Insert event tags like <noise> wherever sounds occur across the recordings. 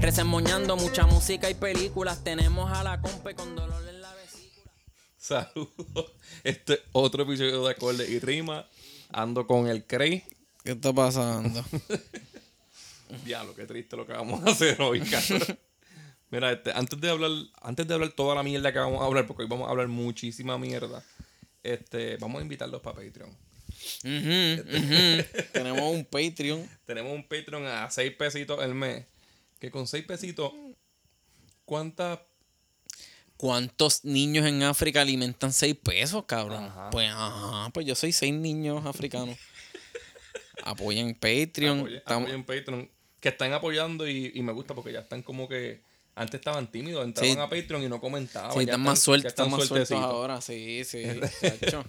Resemoñando mucha música y películas. Tenemos a la compa con dolor en la vesícula. <laughs> Saludos. Este es otro episodio de Acorde y Rima. Ando con el Cray. ¿Qué <laughs> está pasando? Diablo, qué triste lo que vamos a hacer hoy, cabrón. Mira, este, antes de hablar, antes de hablar toda la mierda que vamos a hablar, porque hoy vamos a hablar muchísima mierda. Este, vamos a invitarlos para Patreon. Tenemos un Patreon. Tenemos un Patreon a 6 pesitos el mes. Que con 6 pesitos, ¿cuántas? ¿Cuántos niños en África alimentan 6 pesos, cabrón? Pues, ajá, pues yo soy 6 niños africanos. Apoyen Patreon. apoyen- Estamos- apoyen Patreon que están apoyando y, y me gusta porque ya están como que antes estaban tímidos, entraban Sí. a Patreon y no comentaban. sí, Ah, pues ya están más ya sueltos, están más sueltos sueltecitos. ahora. Sí, <laughs> sí. chacho.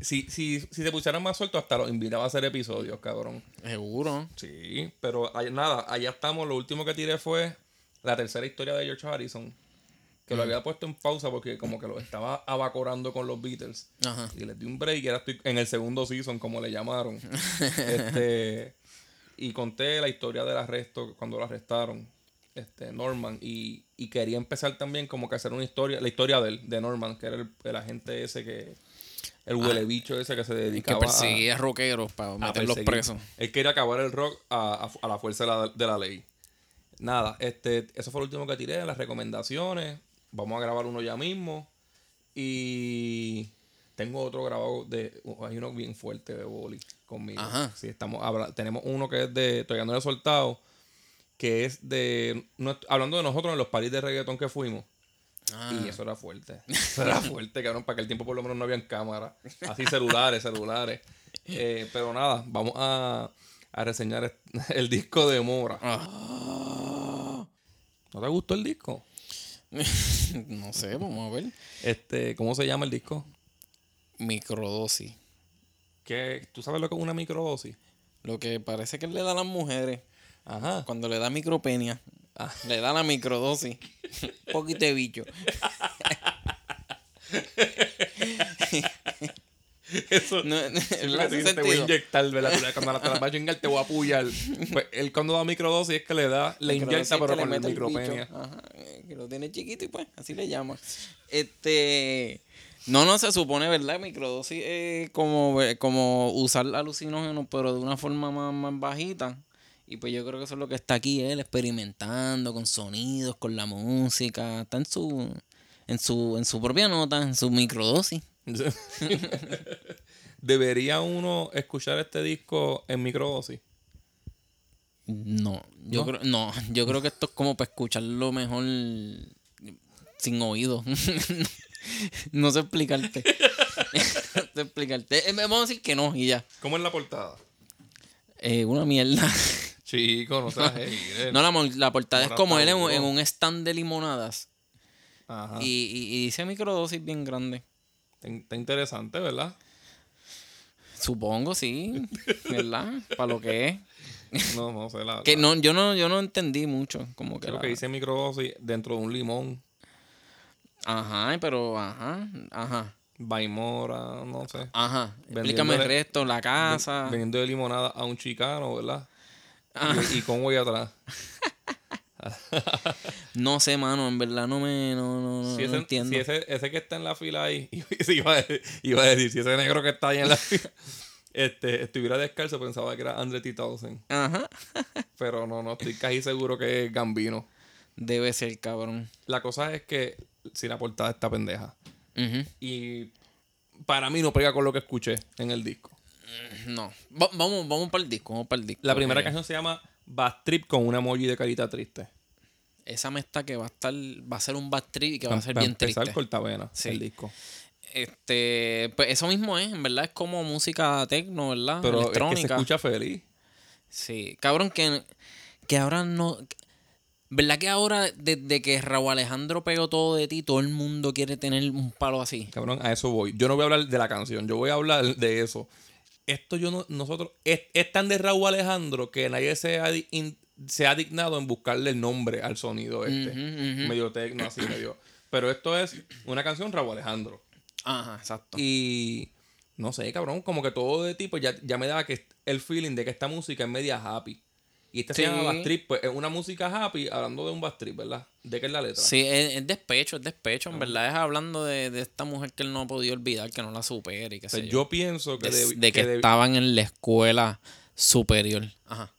Si, si, si se pusieran más sueltos, hasta los invitaba a hacer episodios, cabrón. Seguro. Sí, pero ay- nada, allá estamos. Lo último que tiré fue la tercera historia de George Harrison. Que lo había puesto en pausa porque como que lo estaba abacorando con los Beatles. Ajá. Y les di un break y ahora estoy en el segundo season, como le llamaron. este, y conté la historia del arresto, cuando lo arrestaron, este, Norman. Y, y quería empezar también como que hacer una historia, la historia de él, de Norman, que era el, el agente ese que... El huele bicho ese que se Que dedicaba a perseguía rockeros para a meterlos perseguir. presos. Él quería acabar el rock a, a- a la fuerza de la, de la ley. Nada, este, eso fue lo último que tiré, las recomendaciones. Vamos a grabar uno ya mismo. Y tengo otro grabado de. Hay uno bien fuerte de boli conmigo. Ajá. Sí, estamos, habla- tenemos uno que es de. Todavía no lo he soltado. Que es de. no- hablando de nosotros en los parís de reggaetón que fuimos. Y eso era fuerte. <laughs> Eso era fuerte, cabrón. Para aquel tiempo por lo menos no habían cámaras. Así celulares, celulares. Eh, pero nada, vamos a, a reseñar est- <laughs> el disco de Mora. Ah. ¿No te gustó el disco? <laughs> no sé, vamos a ver. Este, ¿Cómo se llama el disco? Microdosis. ¿Qué? ¿Tú sabes lo que es una microdosis? Lo que parece que le da a las mujeres. Ajá. Cuando le da micropenia, le da la microdosis. Un Ah. <laughs> poquito de <laughs> bicho. Eso, No, no, Siempre no que hace te dicen, te voy a sentido. inyectar, ¿verdad? Tú le- Cuando la, te la vas a chingar, te voy a apoyar. Pues él cuando da microdosis es que le da, le Microdosis inyecta, es pero que le con el mete el bicho. micropenia. <laughs> Ajá, eh, que lo tiene chiquito y pues, así le llama. Este. No, no se supone, ¿verdad? Microdosis es como, eh, como usar alucinógenos, pero de una forma más, más bajita. Y pues yo creo que eso es lo que está aquí él, experimentando con sonidos, con la música. Está en su, en su, en su propia nota, en su microdosis. ¿Debería uno escuchar este disco en microdosis? No, yo creo, no, <laughs> yo creo que esto es como para escucharlo mejor sin oído. <laughs> no sé explicarte. <laughs> no sé explicarte. Eh, Vamos a decir que no y ya. ¿Cómo es la portada? Eh, <laughs> una mierda. Chico, no seas <laughs> eh. hater. No, la, mol- la portada es Ahora como él está en, un- duro. Ah. en un stand de limonadas. Ajá. Y, y- y dice microdosis bien grande. Está está interesante, ¿verdad? Supongo, sí. ¿Verdad? Para lo que es. No, no sé. La, Que la- no, yo no, yo no entendí mucho. Como que Creo la- que dice microdosis dentro de un limón. Ajá, pero ajá, ajá, Vaimora, no sé. ajá. Explícame Vendiéndole- el resto, la casa. Vendiendo de limonada a un chicano, ¿verdad? Ah. Y, y con voy atrás. No sé, mano, en verdad no me no, no, no, Si, Mm, no ese, entiendo. si ese, ese que está en la fila ahí, <laughs> si iba, a, iba a decir, si ese negro que está ahí en la <laughs> fila este, estuviera descalzo, pensaba que era Andre 3000. Ajá. <laughs> Pero no, no estoy casi seguro que es Gambino. Debe ser, cabrón. La cosa es que si la portada está pendeja. Ujú. Y para mí no pega con lo que escuché en el disco. No. Va- vamos, vamos para el disco, vamos para el disco. La primera Eh, canción se llama Bad Trip con una emoji de carita triste. Esa me está que va a estar, va a ser un bad trip y que va a ser Pa- pa bien empezar triste. cortavena Sí. el disco. Este, pues eso mismo es, en verdad es como música techno, ¿verdad? Pero es que se Electrónica. escucha feliz. Sí, cabrón que que ahora no ¿Verdad que ahora, desde que Raúl Alejandro pegó todo de ti, todo el mundo quiere tener un palo así? Cabrón, a eso voy. Yo no voy a hablar de la canción, yo voy a hablar de eso. Esto yo no, nosotros, es, es tan de Raúl Alejandro que nadie se ha, di- in- se ha dignado en buscarle el nombre al sonido este. Medio tecno, así medio. Pero esto es una canción Raúl Alejandro. Ajá, exacto. Y no sé, cabrón, como que todo de tipo ya, ya me daba que el feeling de que esta música es media happy. Y esta Sí. se llama Bass Trip, pues es una música happy hablando de un Bass Trip, ¿verdad? ¿De qué es la letra? Sí, es, es despecho, es despecho. En verdad es hablando de, de esta mujer que él no ha podido olvidar, que no la supera y qué O sea, sé Pues yo. Pues yo. pienso que... De, debi- de que, debi- estaban en la escuela superior. Ajá.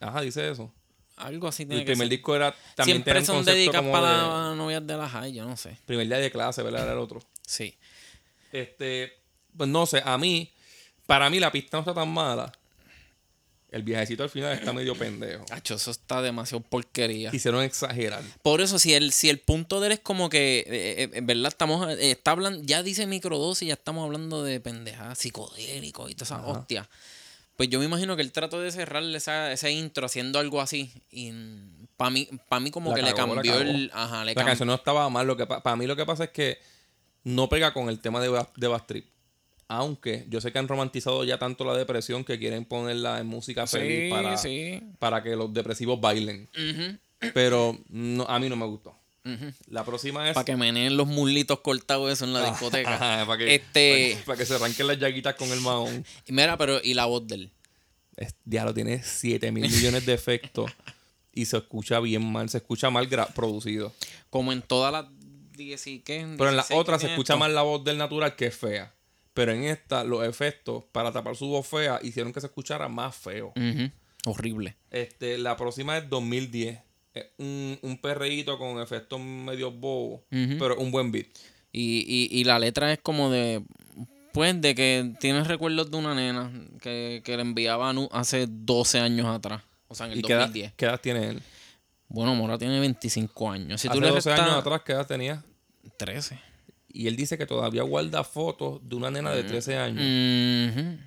Ajá, dice eso. Algo así tiene El que primer ser. disco era... También tenía Siempre un son concepto dedicadas como para de- las novias de la high, yo no sé. Primer día de clase, ¿verdad? Era el otro. Sí. Este... Pues no sé, a mí... Para mí la pista no está tan mala. El viajecito al final está medio pendejo. Hacho, eso está demasiado porquería. Quisieron exagerar. Por eso, si el, si el punto de él es como que, eh, eh, en verdad, estamos, eh, está hablando, ya dice microdosis, ya estamos hablando de pendejadas psicodélicos y todas esas hostias. Pues yo me imagino que él trató de cerrarle esa, ese intro haciendo algo así. Y para mí, pa' mí como La que le cagó, la cambió cagó. el... Ajá, le la cam- canción no estaba mal. Lo que para mí lo que pasa es que no pega con el tema de, Ba- de Bass Trip. Aunque yo sé que han romantizado ya tanto la depresión que quieren ponerla en música feliz Sí, para, sí. para que los depresivos bailen. Pero no, a mí no me gustó. La próxima es. Para que meneen los mulitos cortados eso en la <laughs> discoteca. para Ah, que, Este, pa' que- pa' que se arranquen las llaguitas con el mahón. y mira, pero y la voz de él. Es- Ya lo tiene 7 mil millones de efectos. y se escucha bien mal. Se escucha mal gra- producido. Como en todas las 10 y qué. Pero en la 16 que otra se tiene escucha esto. más la voz del natural que es fea. Pero en esta, los efectos para tapar su voz fea hicieron que se escuchara más feo. Ujú. Horrible. Este, la próxima es 2010. Es un, un perreíto con efectos medio bobos, pero un buen beat. Y, y, y la letra es como de. Pues de que tienes recuerdos de una nena que, que le enviaba a Nu hace 12 años atrás. O sea, en el ¿Y qué edad, 2010. qué edad tiene él? Bueno, Mora tiene 25 años. Si tú Hace le 12 restas- años atrás, ¿qué edad tenía? 13. Y él dice que todavía guarda fotos de una Mm. nena de 13 años. Ujú.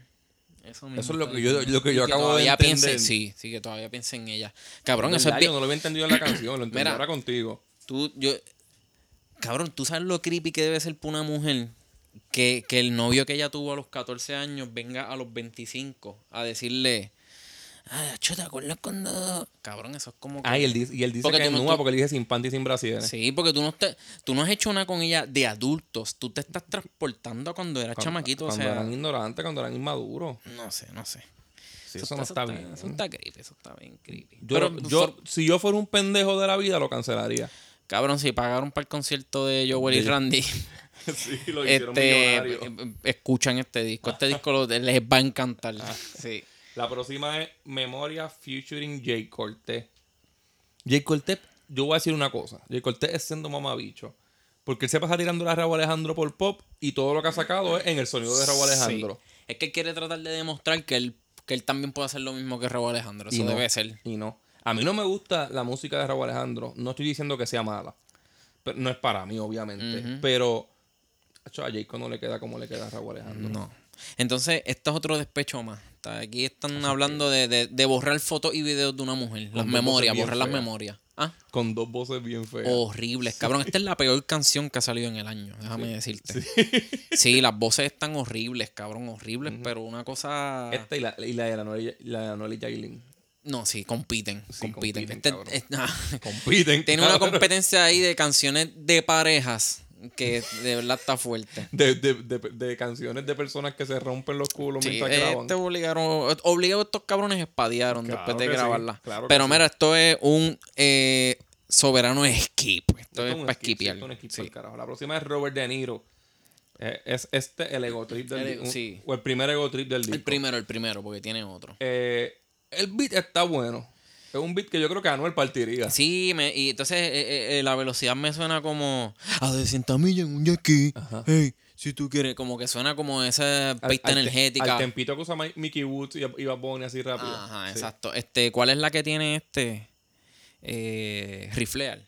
Eso, mismo Eso es lo está que yo, diciendo. lo que yo Y acabo de todavía entender. piense- sí, sí, que todavía piense en ella. Cabrón, eso es ¿Verdad? bien- Yo no lo había entendido en la canción, lo entendí Mira. ahora contigo. Tú, yo. Cabrón, tú sabes lo creepy que debe ser para una mujer que, que el novio que ella tuvo a los 14 años venga a los 25 a decirle. Ah, yo te acuerdas cuando. Cabrón, eso es como. que- Ah, y él, dice- y él dice Porque que tú es no- nueva tú- porque él dice sin panty y sin brasier. Sí, porque tú no, te, tú no has hecho una con ella de adultos. Tú te estás transportando a cuando eras Cuando- chamaquito. Cuando o sea, eran ignorantes, cuando eran inmaduros. no sé, no sé. Sí, eso, no está, bien. Eso está creepy, eso está bien creepy. Yo, Pero, yo- for- si yo fuera un pendejo de la vida, lo cancelaría. cabrón, si pagaron para el concierto de Joel y De- <laughs> Randy. sí, lo este, eh, escuchan este disco. Este disco lo- les va a encantar. Ah, Sí. La próxima es Memoria featuring Jay Cortez. Jay Cortez, yo voy a decir una cosa. Jay Cortez es siendo mamabicho. Porque él se pasa tirando la Raúl Alejandro por pop y todo lo que ha sacado es en el sonido de Raúl Alejandro. Sí. Es que él quiere tratar de demostrar que él, que él también puede hacer lo mismo que Raúl Alejandro. Eso Y no, debe ser. Y no. A mí no me gusta la música de Raúl Alejandro. No estoy diciendo que sea mala. Pero no es para mí, obviamente. Pero acho, a Jayco no le queda como le queda a Raúl Alejandro. No. Entonces, esto es otro despecho más. Está- Aquí están hablando de, de- de borrar fotos y videos de una mujer. Las dos voces memorias, bien borrar las feas. memorias. Ah, Con dos voces bien feas. horribles. Cabrón, esta es la peor canción que ha salido en el año. Déjame decirte. Sí. las voces están horribles, cabrón, horribles. Pero una cosa. Esta y la, y la de la Noel, la de Anuel y Yailin. No, sí, compiten. Sí, compiten. compiten, Este- cabrón. este- <laughs> ah, Compiten. tiene una cabrón. competencia ahí de canciones de parejas que de verdad está fuerte. de, de, de, de canciones de personas que se rompen los culos Sí, mientras graban. este obligaron, obligado estos cabrones espadearon Claro después de que sí, grabarla. claro que Pero sí. mira, esto es un eh, soberano skip. Esto, Esto es un para skip, sí, skipear. esto es un skip Sí. pa'l carajo. La próxima es Robert De Niro. Eh, es este el ego trip del El di- ego, un- sí. O el primer ego trip del disco. El primero, el primero, porque tiene otro. Eh, el beat está bueno. Es un beat que yo creo que Anuel partiría. Sí, me- y entonces eh, eh, eh, la velocidad me suena como a 200 millas en un yaqui. Hey, si tú quieres, como que suena como esa Al- pista al te- energética. Al tempito que usa Mi- Mickey Woods y, y Bad Bunny así rápido. Ajá, Sí. exacto. Este, ¿cuál es la que tiene este? Eh, riflear.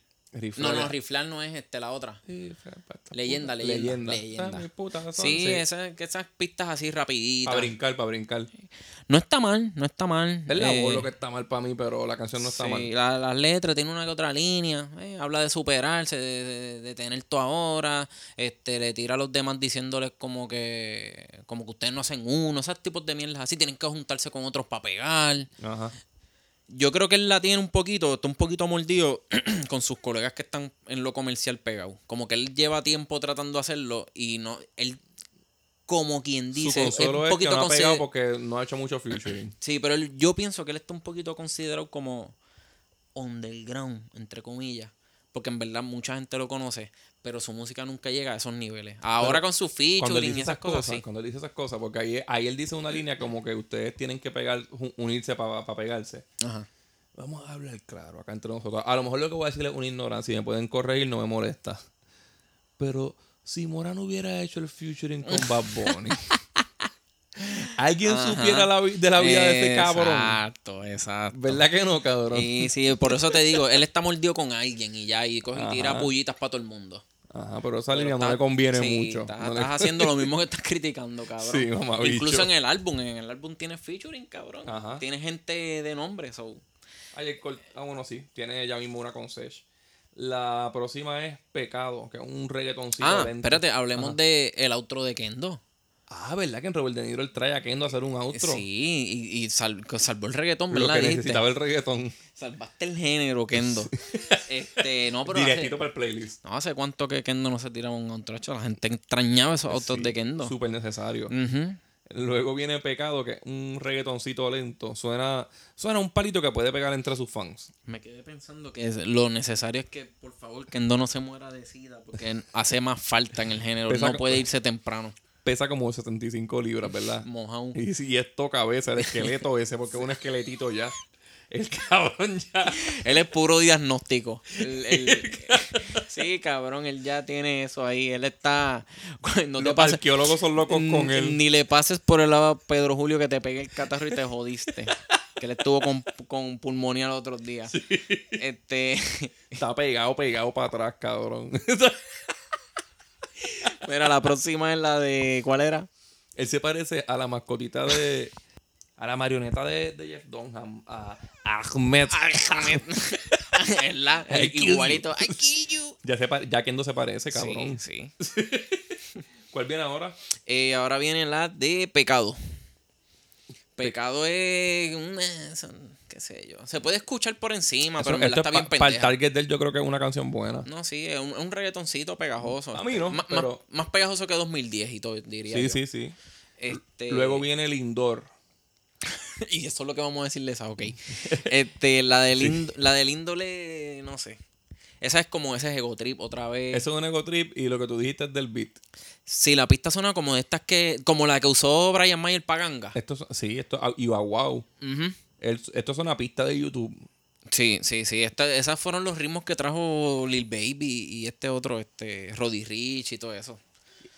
No, no, riflar no es este, la otra. Leyenda, leyenda, Ah, leyenda. Sí, sí. Esas, esas pistas así rapiditas. Para brincar, para brincar. No está mal, no está mal. Es la Eh, voz lo que está mal para mí, pero la canción no está sí, mal. la- las letras tienen una que otra línea. eh, habla de superarse, de, de- de tener todo ahora. Este, le tira a los demás diciéndoles como que, como que ustedes no hacen uno. Esos tipos de mierdas así. Tienen que juntarse con otros para pegar. Ajá. Yo creo que él la tiene un poquito, está un poquito mordido <clears throat> con sus colegas que están en lo comercial pegado. Como que él lleva tiempo tratando de hacerlo y no, él, como quien Su dice, es consuelo un es, que poquito no ha consider- pegado porque no ha hecho mucho featuring. Sí, pero él- yo pienso que él está un poquito considerado como underground, entre comillas. Porque en verdad mucha gente lo conoce, pero su música nunca llega a esos niveles. Ahora con su Cuando él featuring dice y esas cosas, sí. cuando él dice esas cosas, porque ahí, ahí él dice una línea como que ustedes tienen que pegar, ju- unirse para pegarse. Ajá. Vamos a hablar claro acá entre nosotros. A lo mejor lo que voy a decir es una ignorancia y me pueden corregir, no me molesta. Pero si Morán hubiera hecho el featuring con Bad <laughs> Bunny, alguien Ajá. supiera la vi- de la vida de ese cabrón. Exacto, exacto. ¿Verdad que no, cabrón? Y sí, por eso te digo, él está mordido con alguien y ya, y coge y tira Ajá. pullitas para todo el mundo. Ajá, pero esa Pero línea no está- le conviene sí, mucho. está- No le- estás haciendo lo mismo que estás <laughs> criticando, cabrón. Sí, mamabicho. Incluso en el álbum, en el álbum tiene featuring, cabrón. Ajá. Tiene gente de nombre, so. Ayer cort- Ah, bueno, sí. Tiene ella misma una con Sesh. La próxima es Pecado, que es un reggaetoncito. ah, lento. espérate, hablemos Ajá. de el outro de Kendo. Ah, ¿verdad que en Robert De Niro él trae a Kendo a hacer un outro? Sí, y, y sal- salvó el reggaetón, Lo ¿verdad? que Dijiste. necesitaba el reggaetón. Salvaste el género, Kendo. <laughs> este, no, pero hace, Directito para el playlist. no hace cuánto que Kendo no se tiraba un outro. hecho, La gente extrañaba esos autos Sí, de Kendo. Mm. Súper necesario. Ujú. Luego viene Pecado, que es un reggaetoncito lento. Suena, suena un palito que puede pegar entre sus fans. Me quedé pensando que es- lo necesario es que, por favor, Kendo no se muera de sida, <laughs> porque hace más falta en el género. Pesa No co- puede irse temprano. Pesa como 75 libras, ¿verdad? Mojado. Y si esto cabeza, el esqueleto ese, porque es un esqueletito ya. El <laughs> cabrón ya. Él es puro diagnóstico. El- el- <laughs> sí, cabrón, él ya tiene eso ahí. Él está. Cuando te Los pases- arqueólogos son locos con N- él. Ni le pases por el lado a Pedro Julio que te pegue el catarro y te jodiste. que él estuvo con, con pulmonía los otros <laughs> días. Este. <laughs> Está pegado, pegado para atrás, cabrón. Mira, la próxima es la de. ¿Cuál era? <laughs> Él se parece a la mascotita de. A la marioneta de, de Jeff Donham. A Ahmed. <laughs> Es la- I kill you. Igualito. I kill you. Ya, se pa- ya Kendo se parece, cabrón. Sí, sí. ¿Cuál viene ahora? Eh, ahora viene la de pecado. Pecado es. una- son- qué sé yo. Se puede escuchar por encima, Ah, pero en Esto verdad está es pa- bien Para el pendeja. Mm, target de él, yo creo que es una canción buena. No, sí, es un, es un reggaetoncito pegajoso. A mí no, Ma- más- pero- más, pegajoso que 2010 y todo, diría sí, yo. sí, sí. Este, Luego viene Lindor. <laughs> Y eso es lo que vamos a <laughs> decirles a ok. Este, la del, índ- la del índole, no sé. Esa es como ese ego trip otra vez. Eso es un ego trip y lo que tú dijiste es del beat. Sí, la pista suena como de estas que. Como la que usó Brian Mayer Paganga. Esto, son- sí, esto. ah, Y wow, wow. Él- esto es una pista de YouTube. Sí, sí, sí. Esta, esos fueron los ritmos que trajo Lil Baby y este otro, este, Roddy Rich y todo eso.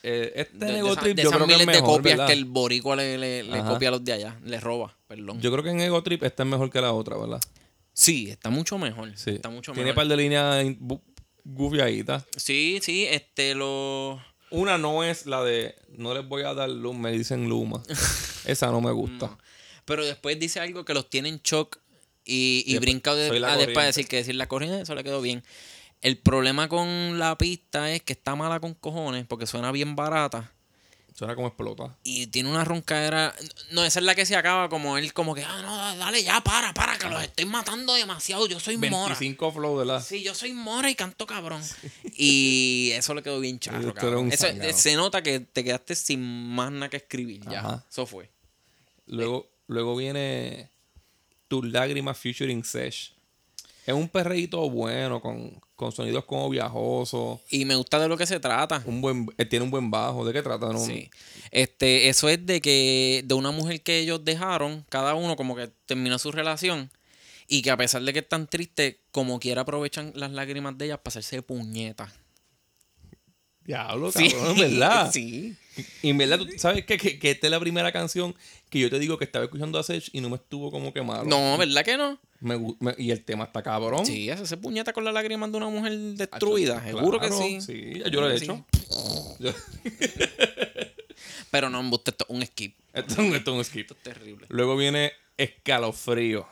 Eh, este De, de ego esa- trip de yo esas creo que es miles de mejor, copias ¿verdad? que el boricua le, le- le Ajá. copia a los de allá, le roba, perdón. Yo creo que en Ego Trip esta es mejor que la otra, ¿verdad? Sí, está mucho mejor. Sí. Está mucho Tiene mejor. un par de líneas in- bu- gufiaditas. Sí, sí, este, lo... Una no es la de no les voy a dar luz, me dicen <laughs> Luma. Esa no me gusta. Mm. Pero después dice algo que los tiene en shock y, y Después, brinca de, soy la ah, después a corriente. decir que decir la corriente, eso le quedó bien. El problema con la pista es que está mala con cojones porque suena bien barata. Suena como explota. Y tiene una roncadera. No, esa es la que se acaba como él, como que, ah, no, dale ya, para, para, que los estoy matando demasiado. Yo soy mora. 25 flow, ¿verdad? Sí, yo soy mora y canto cabrón. Y eso le quedó bien charro, Esto era cabrón. un Eso- zangado. se nota que te quedaste sin más nada que escribir ya. Ajá. Eso fue. Luego, luego viene Tus lágrimas featuring Sesh. Es un perreíto bueno, con, con sonidos como viajosos. Y me gusta de lo que se trata. Un buen, eh, tiene un buen bajo. ¿De qué trata? No? Sí. Este, eso es de que de una mujer que ellos dejaron, cada uno como que terminó su relación y que a pesar de que están tristes, como quiera aprovechan las lágrimas de ellas para hacerse puñetas. Diablo, cabrón, ¿verdad? <laughs> Sí. Y en verdad, ¿tú ¿sabes qué? Que, que esta es la primera canción que yo te digo que estaba escuchando a Sesh y no me estuvo como que malo. No, ¿verdad que no? Me gu- me- y el tema está cabrón. pues, Sí, hace ese puñeta con la lágrima de una mujer destruida. Claro, seguro que sí. Sí, yo lo he Sí. hecho. <laughs> Yo- Pero no, embuste, esto es un skip. esto, es un- esto es un skip. Esto es terrible. Luego viene escalofrío.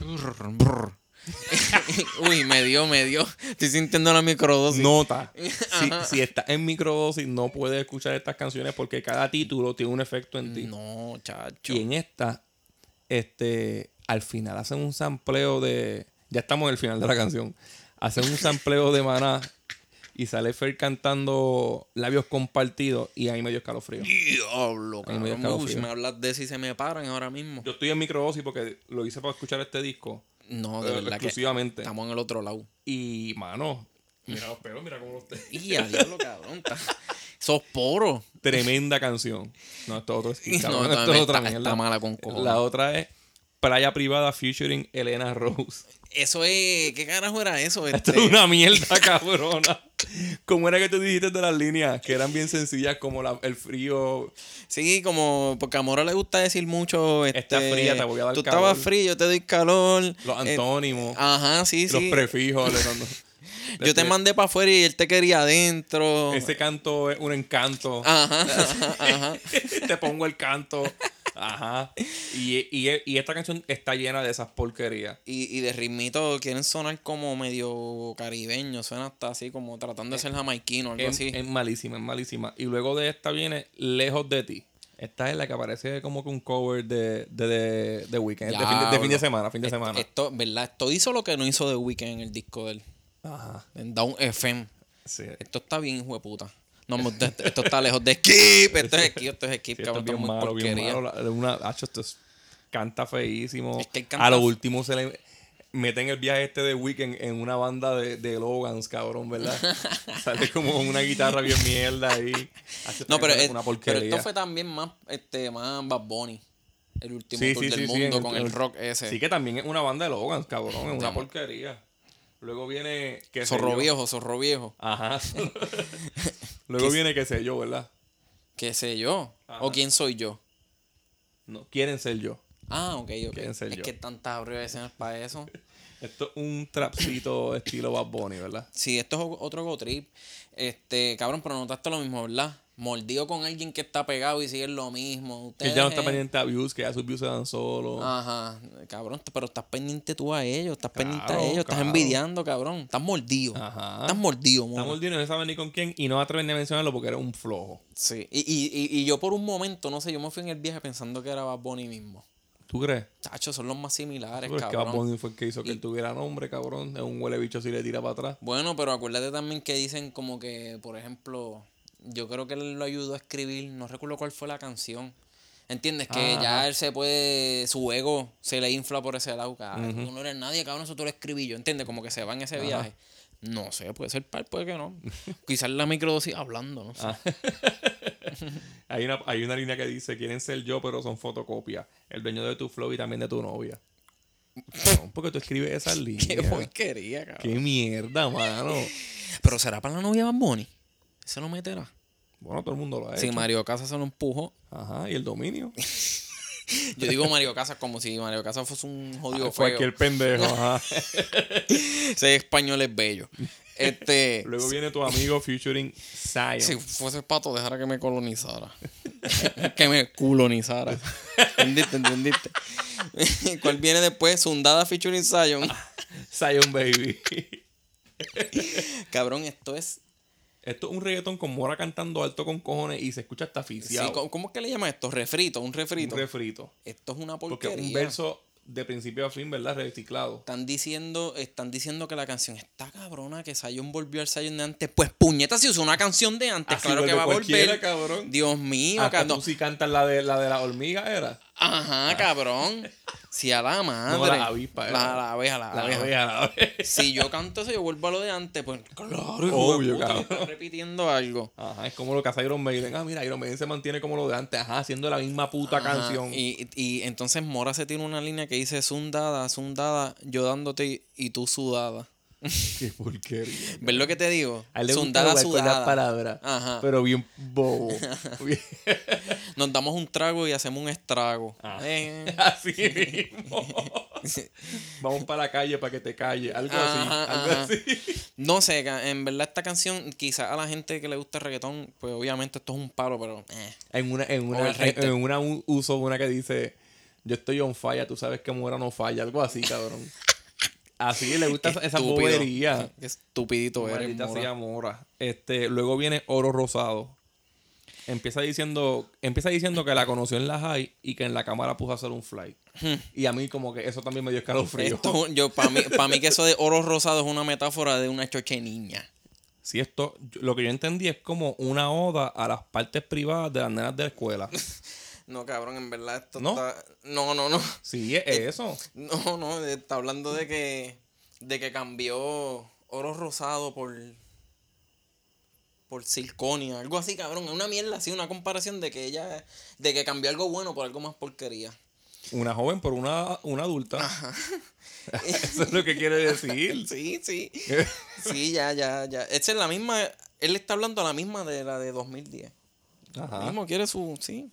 Brr, brr. <laughs> Uy, me dio, me dio. Estoy sintiendo la microdosis. <laughs> Nota. si, si estás en microdosis, no puedes escuchar estas canciones porque cada título tiene un efecto en ti. No, chacho. Y en esta, este, al final hacen un sampleo de. Ya estamos en el final de la canción. Hacen un sampleo de maná y sale Fer cantando labios compartidos y ahí me dio escalofrío. Diablo, Ahí me dio cabrón. Uy, escalofrío. si me hablas de si se me paran ahora mismo. Yo estoy en microdosis porque lo hice para escuchar este disco No, de eh, verdad que exclusivamente. estamos en el otro lado. Y, mano, mira los pelos, mira cómo los te- <laughs> Y a diablo, cabrón. ta- Sos poros. Tremenda canción. No, esto es otro skit, <laughs> No, cabrón. esto Esto es otra está- está mierda. mala con cojones. La otra es Playa Privada featuring Elena Rose. <laughs> Eso es. ¿Qué carajo era eso? Esto Este? es una mierda, <laughs> cabrona. ¿Cómo era que tú dijiste de las líneas? Que eran bien sencillas, como la- el frío. Sí, como. Porque a Mora le gusta decir mucho. Este, Está fría, te voy a dar Tú calor. estabas frío, yo te doy calor. Los Eh, antónimos, ajá, sí, los sí. prefijos. le dando- <laughs> Yo te mandé para afuera y él te quería adentro. Ese canto es un encanto. <laughs> Ajá, ajá, ajá. te pongo el canto. Ajá. Y, y- y esta canción está llena de esas porquerías. Y, y de ritmito quieren sonar como medio caribeño. Suena hasta así, como tratando Eh, de ser jamaiquino, algo Es, así. es malísima, es malísima. Y luego de esta viene Lejos de ti. Esta es la que aparece como que un cover de, de, de, de Weekend. De fin de, de fin de Diablo. Este semana, fin de Esto- semana. Esto, ¿verdad? Esto hizo lo que no hizo The Weeknd en el disco de él. Ajá. En Down FM. Sí. Esto está bien, hijo de puta. No, mo- esto esto está lejos de skip. Esto es skip, esto es skip, Sí, esto cabrón. es Esto es bien muy malo, bien porquería. malo. La- la- Una, hacho, esto es- canta feísimo. Es que él canta- A lo último se le meten el viaje este de Weekend en una banda de, de Logans, cabrón, <laughs> ¿verdad? Sale como con una guitarra bien mierda ahí. Hacho, esta No, canción pero, es es- una pero porquería. esto fue también más, este, más Bad Bunny. El último Sí, tour sí, del sí, sí, mundo en- con en- el rock ese. Sí, que también es una banda de Logans, cabrón, es una No. porquería. Luego viene. qué sé zorro yo. viejo, zorro viejo. <laughs> Ajá. Luego ¿Qué- viene, qué sé yo, ¿verdad? ¿Qué sé yo? Ajá. ¿O quién soy yo? No, quieren ser yo. Ah, ok, ok. ¿Quién Es soy yo? que tantas abreviaciones para eso. Esto es un trapcito estilo Bad Bunny, ¿verdad? Sí, esto es o- otro go trip. Este, cabrón, pero notaste lo mismo, ¿verdad? Mordido con alguien que está pegado y sigue lo mismo. Que ya no está Ustedes- pendiente a views, que ya sus views se dan solo. Ah. Ajá, cabrón, t- pero estás pendiente tú a ellos, estás Claro, pendiente a ellos, estás claro. envidiando, cabrón, estás mordido. Ajá. Estás mordido, mono. Estamos el dinero, no saben ni con quién y no atreven ni a mencionarlo porque era un flojo. Sí, y, y- y- y yo por un momento, no sé, yo me fui en el viaje pensando que era Bad Bunny mismo. ¿Tú crees? Tacho, son los más similares, Pero es que cabrón. Bad Bunny fue el que hizo que Y- él tuviera nombre, cabrón. Es un huele bicho si le tira para atrás. Bueno, pero acuérdate también que dicen como que, por ejemplo, yo creo que él lo ayudó a escribir, no recuerdo cuál fue la canción. ¿Entiendes? Que Ah, ya él se puede, su ego se le infla por ese lado. cabrón. Tú no eres nadie, cabrón, eso tú lo escribí yo, ¿entiendes? Como que se va en ese viaje. No sé, puede ser par, puede que <laughs> no. Quizás la microdosis hablando, no Ah, sé. Hay una, hay una línea que dice, quieren ser yo, pero son fotocopias. El dueño de tu flow y también de tu novia. Cabrón, porque tú escribes esas líneas. <laughs> <laughs> Qué porquería, cabrón. Qué mierda, mano. Pero será para la novia de Bad Bunny. Se lo meterá. Bueno, todo el mundo lo ha Si hecho. Mario Casas se lo empujó. Ajá, y el <laughs> dominio. Yo digo Mario Casas como si Mario Casas fuese un <laughs> jodido Ah, feo. Cualquier pendejo, <laughs> ajá. Ese español es bello. <laughs> Este. Luego viene tu amigo featuring Zion. Si fuese pato, dejara que me colonizara. <laughs> que me <laughs> colonizara. ¿Entendiste? ¿Entendiste? <laughs> ¿Cuál viene después? Sundada featuring Zion. Ah. Zion Baby. <laughs> Cabrón, esto es. Esto es un reggaetón con Mora cantando alto con cojones y se escucha hasta sí, asfixiado. ¿cómo- ¿Cómo es que le llaman esto? Refrito, un un refrito. refrito. esto es una Porque porquería. un verso de principio a fin, ¿verdad? Reciclado. Están diciendo, están diciendo que la canción está cabrona, que Zion volvió al Zion de antes. Pues puñeta, si usó una canción de antes, Así claro que vuelve va a pues, cualquiera, volver. cabrón. Ah, Dios mío, Hasta cabrón. tú sí cantas la de la, de la hormiga, ¿era? Ajá, cabrón. Si a la madre. Ah. No, la avispa, La, era. la abeja, la, La abeja. abeja, la abeja. Si yo canto eso, yo vuelvo a lo de antes, pues <laughs> claro, Obvio, hijo de puta, cabrón. estás repitiendo algo. Ajá, es como lo que hace Iron Maiden. Ah, mira, Iron Maiden se mantiene como lo de antes. Ajá, haciendo la misma puta Ajá, canción. Y, y entonces Mora se tiene una línea que dice sundada, sundada, yo dándote y tú sudada. <laughs> Qué porquería. ¿Ves lo que te digo? A él le gusta Sundada, jugar con las sudada. palabras. Ajá. Pero bien <laughs> bobo. Bien- <laughs> Nos damos un trago y hacemos un estrago. Ah. Eh. Así mismo. Vamos para la calle para que te calle. Algo Ajá, así. Algo ajá. así. No sé, ca- en verdad esta canción, quizás a la gente que le gusta el reggaetón, pues obviamente esto es un palo, pero eh. En una, en una, Overrated. en una u- uso una que dice Yo estoy on falla, tú sabes que muera no falla, algo así, cabrón. Así le gusta esa- esa Estúpido. bobería. Qué estupidito eres, Maldita mora. sea, mora. Este, luego viene Oro Rosado. Empieza diciendo, empieza diciendo que la conoció en la high y que en la cámara puso a hacer un fly. y a mí como que eso también me dio escalofrío. Esto, es un- yo, para mí, pa' mí que eso de oro rosado es una metáfora de una choche niña. Si esto, yo- lo que yo entendí es como una oda a las partes privadas de las nenas de la <laughs> escuela. No, cabrón, en verdad esto ¿No? está... No, no, no. Sí, es Eh, eso. No, no, está hablando de que, de que cambió oro rosado por... Por circonia, algo así, cabrón. Es una mierda así, una comparación de que ella... De que cambió algo bueno por algo más porquería. Una joven por una, una adulta. <laughs> Eso es lo que quiere <laughs> decir. Sí, sí. Sí, ya, ya, ya. Esta es la misma. Él está hablando a la misma de la de 2010. Ajá. Mismo quiere su. Sí.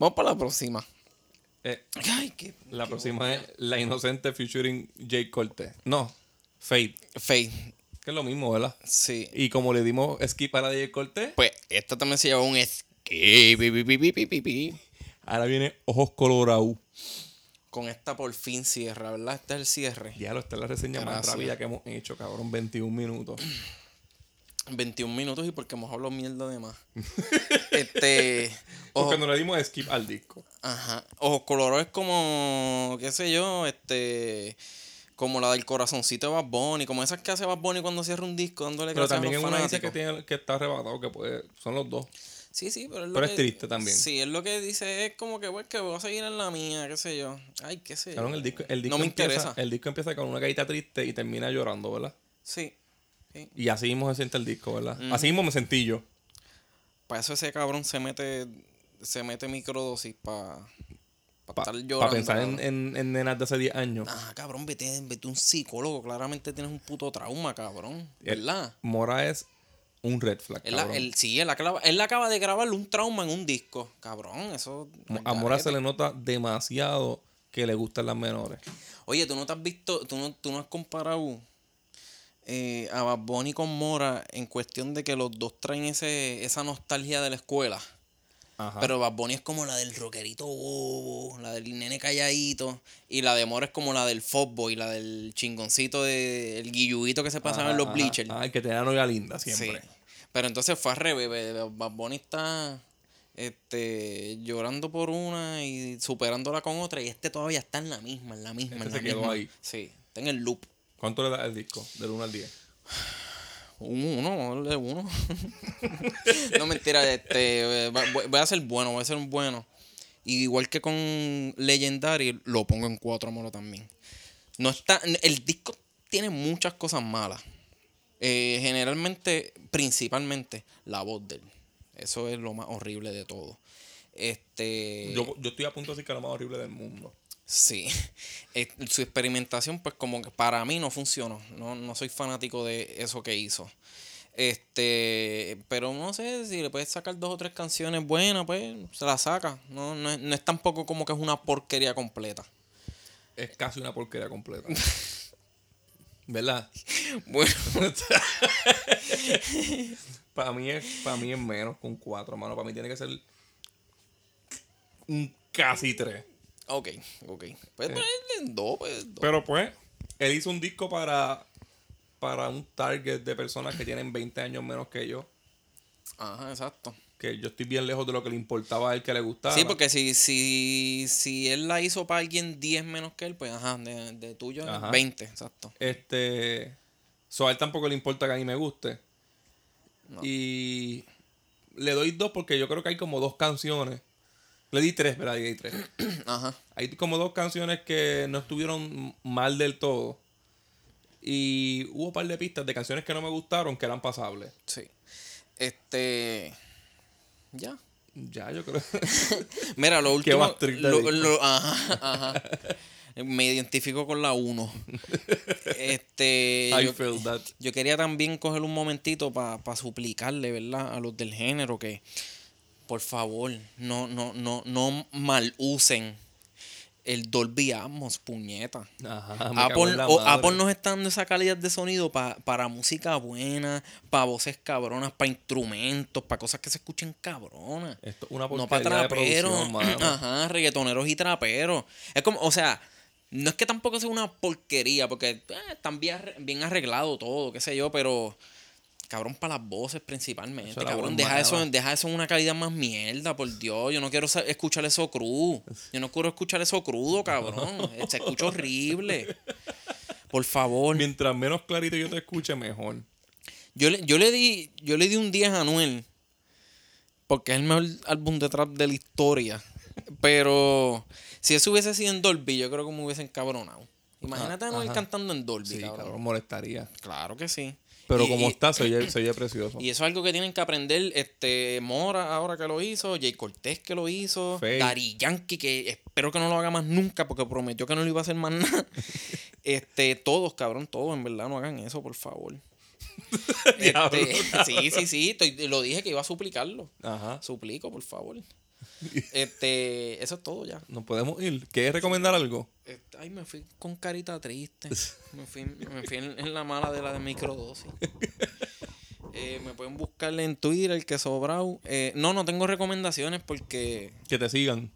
Vamos para la próxima. Eh, Ay, qué. la próxima es La Inocente featuring Jake Cortez. No, Fade. Faith. Que es lo mismo, ¿verdad? Sí. Y como le dimos skip a la de Jake Cortez, eh, Pues esta también se lleva un escape. pi, pi, pi, pi, pi, pi. ahora viene Ojos Colorados. Con esta por fin cierra, ¿verdad? Este es el cierre. Ya lo está la reseña más Gracias. rápida que hemos hecho, cabrón. 21 minutos. 21 minutos y porque hemos hablado <laughs> mierda de más. este. ojo- Porque no le dimos skip al disco. Ajá. Ojos Colorado es como, qué sé yo, este. Como la del corazoncito de Bad Bunny, como esas que hace Bad Bunny cuando cierra un disco, dándole Pero gracias también a es los una dice fanáticos. que, tiene, que está arrebatado, que puede, son los dos. Sí, sí, pero es lo Pero que- es triste también. Sí, es lo que dice, es como que, pues, que voy a seguir en la mía, qué sé yo. Ay, qué sé yo. Cabrón, el disco, el disco no me empieza, interesa. El disco empieza con una gaita triste y termina llorando, ¿verdad? Sí. sí. Y así mismo se siente el disco, ¿verdad? Así mismo me sentí yo. Para eso ese cabrón se mete, se mete microdosis para Para estar llorando. pensar en, cabrón. en, en nenas de hace 10 años. Ah, cabrón, vete, vete a un psicólogo. Claramente tienes un puto trauma, cabrón. ¿Verdad? Mora es un red flag. Él, la- cabrón. él- sí, él acaba, él acaba de grabarle un trauma en un disco. Cabrón, eso. a Mora se le nota demasiado que le gustan las menores. Oye, tú no te has visto, tú no, tú no has comparado eh, a Bad Bunny con Mora en cuestión de que los dos traen ese, esa nostalgia de la escuela. Ajá. Pero Bad Bunny es como la del rockerito bobo, la del nene calladito. Y la de Mora es como la del y la del chingoncito, de, el guilluito que se pasaba en los bleachers. Ah, el que tenía novia linda siempre. Sí. Pero entonces fue al revés. be- be- Bad Bunny está este, llorando por una y superándola con otra. Y este todavía está en la misma, en la misma, en Este la se quedó misma. ahí. Sí, está en el loop. ¿Cuánto le das el disco? Del 1 al 10. Un Uno, de uno. <laughs> no mentira, este, eh, va- voy- voy a ser bueno, voy a ser un bueno. Y igual que con Legendary, lo pongo en cuatro molo también. No está, el disco tiene muchas cosas malas. Eh, generalmente, principalmente, la voz de él. Eso es lo más horrible de todo. Este. Yo, yo estoy a punto de decir que es lo más horrible del mundo. Sí, <laughs> Eh, su experimentación pues como que para mí no funcionó, no, no soy fanático de eso que hizo. Este, pero no sé, si le puedes sacar dos o tres canciones buenas, pues se las saca. No, no, es, no es tampoco como que es una <laughs> porquería completa. Es casi una porquería completa. <laughs> ¿Verdad? Bueno, Para mí es, para mí es menos con 4, mano. Para mí tiene que ser un casi 3. <laughs> ok, ok. Pues ponle dos, pues dos. Pero pues, él hizo un disco para, para un target de personas que tienen 20 años menos que yo. Ajá, exacto. Que yo estoy bien lejos de lo que le importaba a él que le gustaba. Sí, porque si, si, si él la hizo para alguien 10 menos que él, pues ajá, de, de tuyo Ajá. 20, exacto. <clears throat> Este. So, a él tampoco le importa que a mí me guste. Y le doy dos porque yo creo que hay como dos canciones. Le di tres, ¿verdad? Le di tres. Ajá. Hay como dos canciones que no estuvieron mal del todo. Y hubo un par de pistas de canciones que no me gustaron que eran pasables. Sí. Este. Ya. Ya, yo <laughs> creo. <laughs> Mira, lo último. más triste lo- disco. lo- ajá, ajá. Me identifico con <laughs> la 1. Este. I yo, feel that. yo quería también coger un momentito para suplicarle, ¿verdad? A los del género que, por favor, no, no, no, no mal usen el Dolby Atmos, puñeta. Ajá, <laughs> me cago Apple, en la o- madre. Apple nos está dando esa calidad de sonido pa- para música buena, para voces cabronas, para instrumentos, para cosas que se escuchen cabronas. Esto es una no porquería para Ah. de traperos. <clears throat> producción, mano. Ajá, reggaetoneros y traperos. Es como, o sea, no es que tampoco sea una porquería, porque eh, están bien arre- bien arreglado todo, qué sé yo, pero cabrón para las voces principalmente. Eso era cabrón, bomba, deja eso, nada. deja eso en una calidad más mierda, por Dios. Yo no quiero sa- escuchar eso crudo. Yo no quiero escuchar eso crudo, cabrón. Se escucha horrible. <laughs> Por favor. Mientras menos clarito yo te escuche, mejor. Yo le, yo le di yo le di un 10 a Anuel porque es el mejor álbum de trap de la historia. Pero si eso hubiese sido en Dolby, yo creo que me hubiesen cabronado. Imagínate a Anuel ajá. cantando en Dolby, Sí, cabrón. cabrón, molestaría. Claro que sí. Pero Y- como y- está, se oye, se oye precioso. Y eso es algo que tienen que aprender este Mora ahora que lo hizo, Jay Cortés que lo hizo, Fake. Dari Yankee que espero que no lo haga más nunca porque prometió que no lo iba a hacer más <laughs> nada. este todos, cabrón, todos en verdad no hagan eso, por favor. <laughs> Este, <laughs> Diablo. sí, sí, sí, estoy- lo dije que iba a suplicarlo. Ajá. Suplico, por favor. Este, eso es todo ya. Nos podemos ir. ¿Quieres recomendar algo? Este, Ay, me fui con carita triste. Me fui, me fui en, en la mala de la de microdosis. Eh, me pueden buscarle en Twitter el que sobrau. Eh, no, no tengo recomendaciones porque. Que te sigan.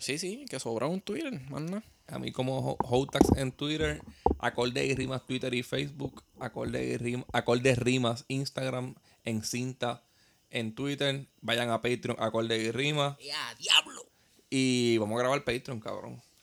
Sí, sí, que sobrau en Twitter, manda. A mí como Ho- Hotax en Twitter, Acorde y Rimas Twitter y Facebook, Acorde y Rimas, Acorde Rimas Instagram, en cinta en Twitter, vayan a Patreon, Acorde y Rimas ¡Ya, diablo! y vamos a grabar Patreon, cabrón.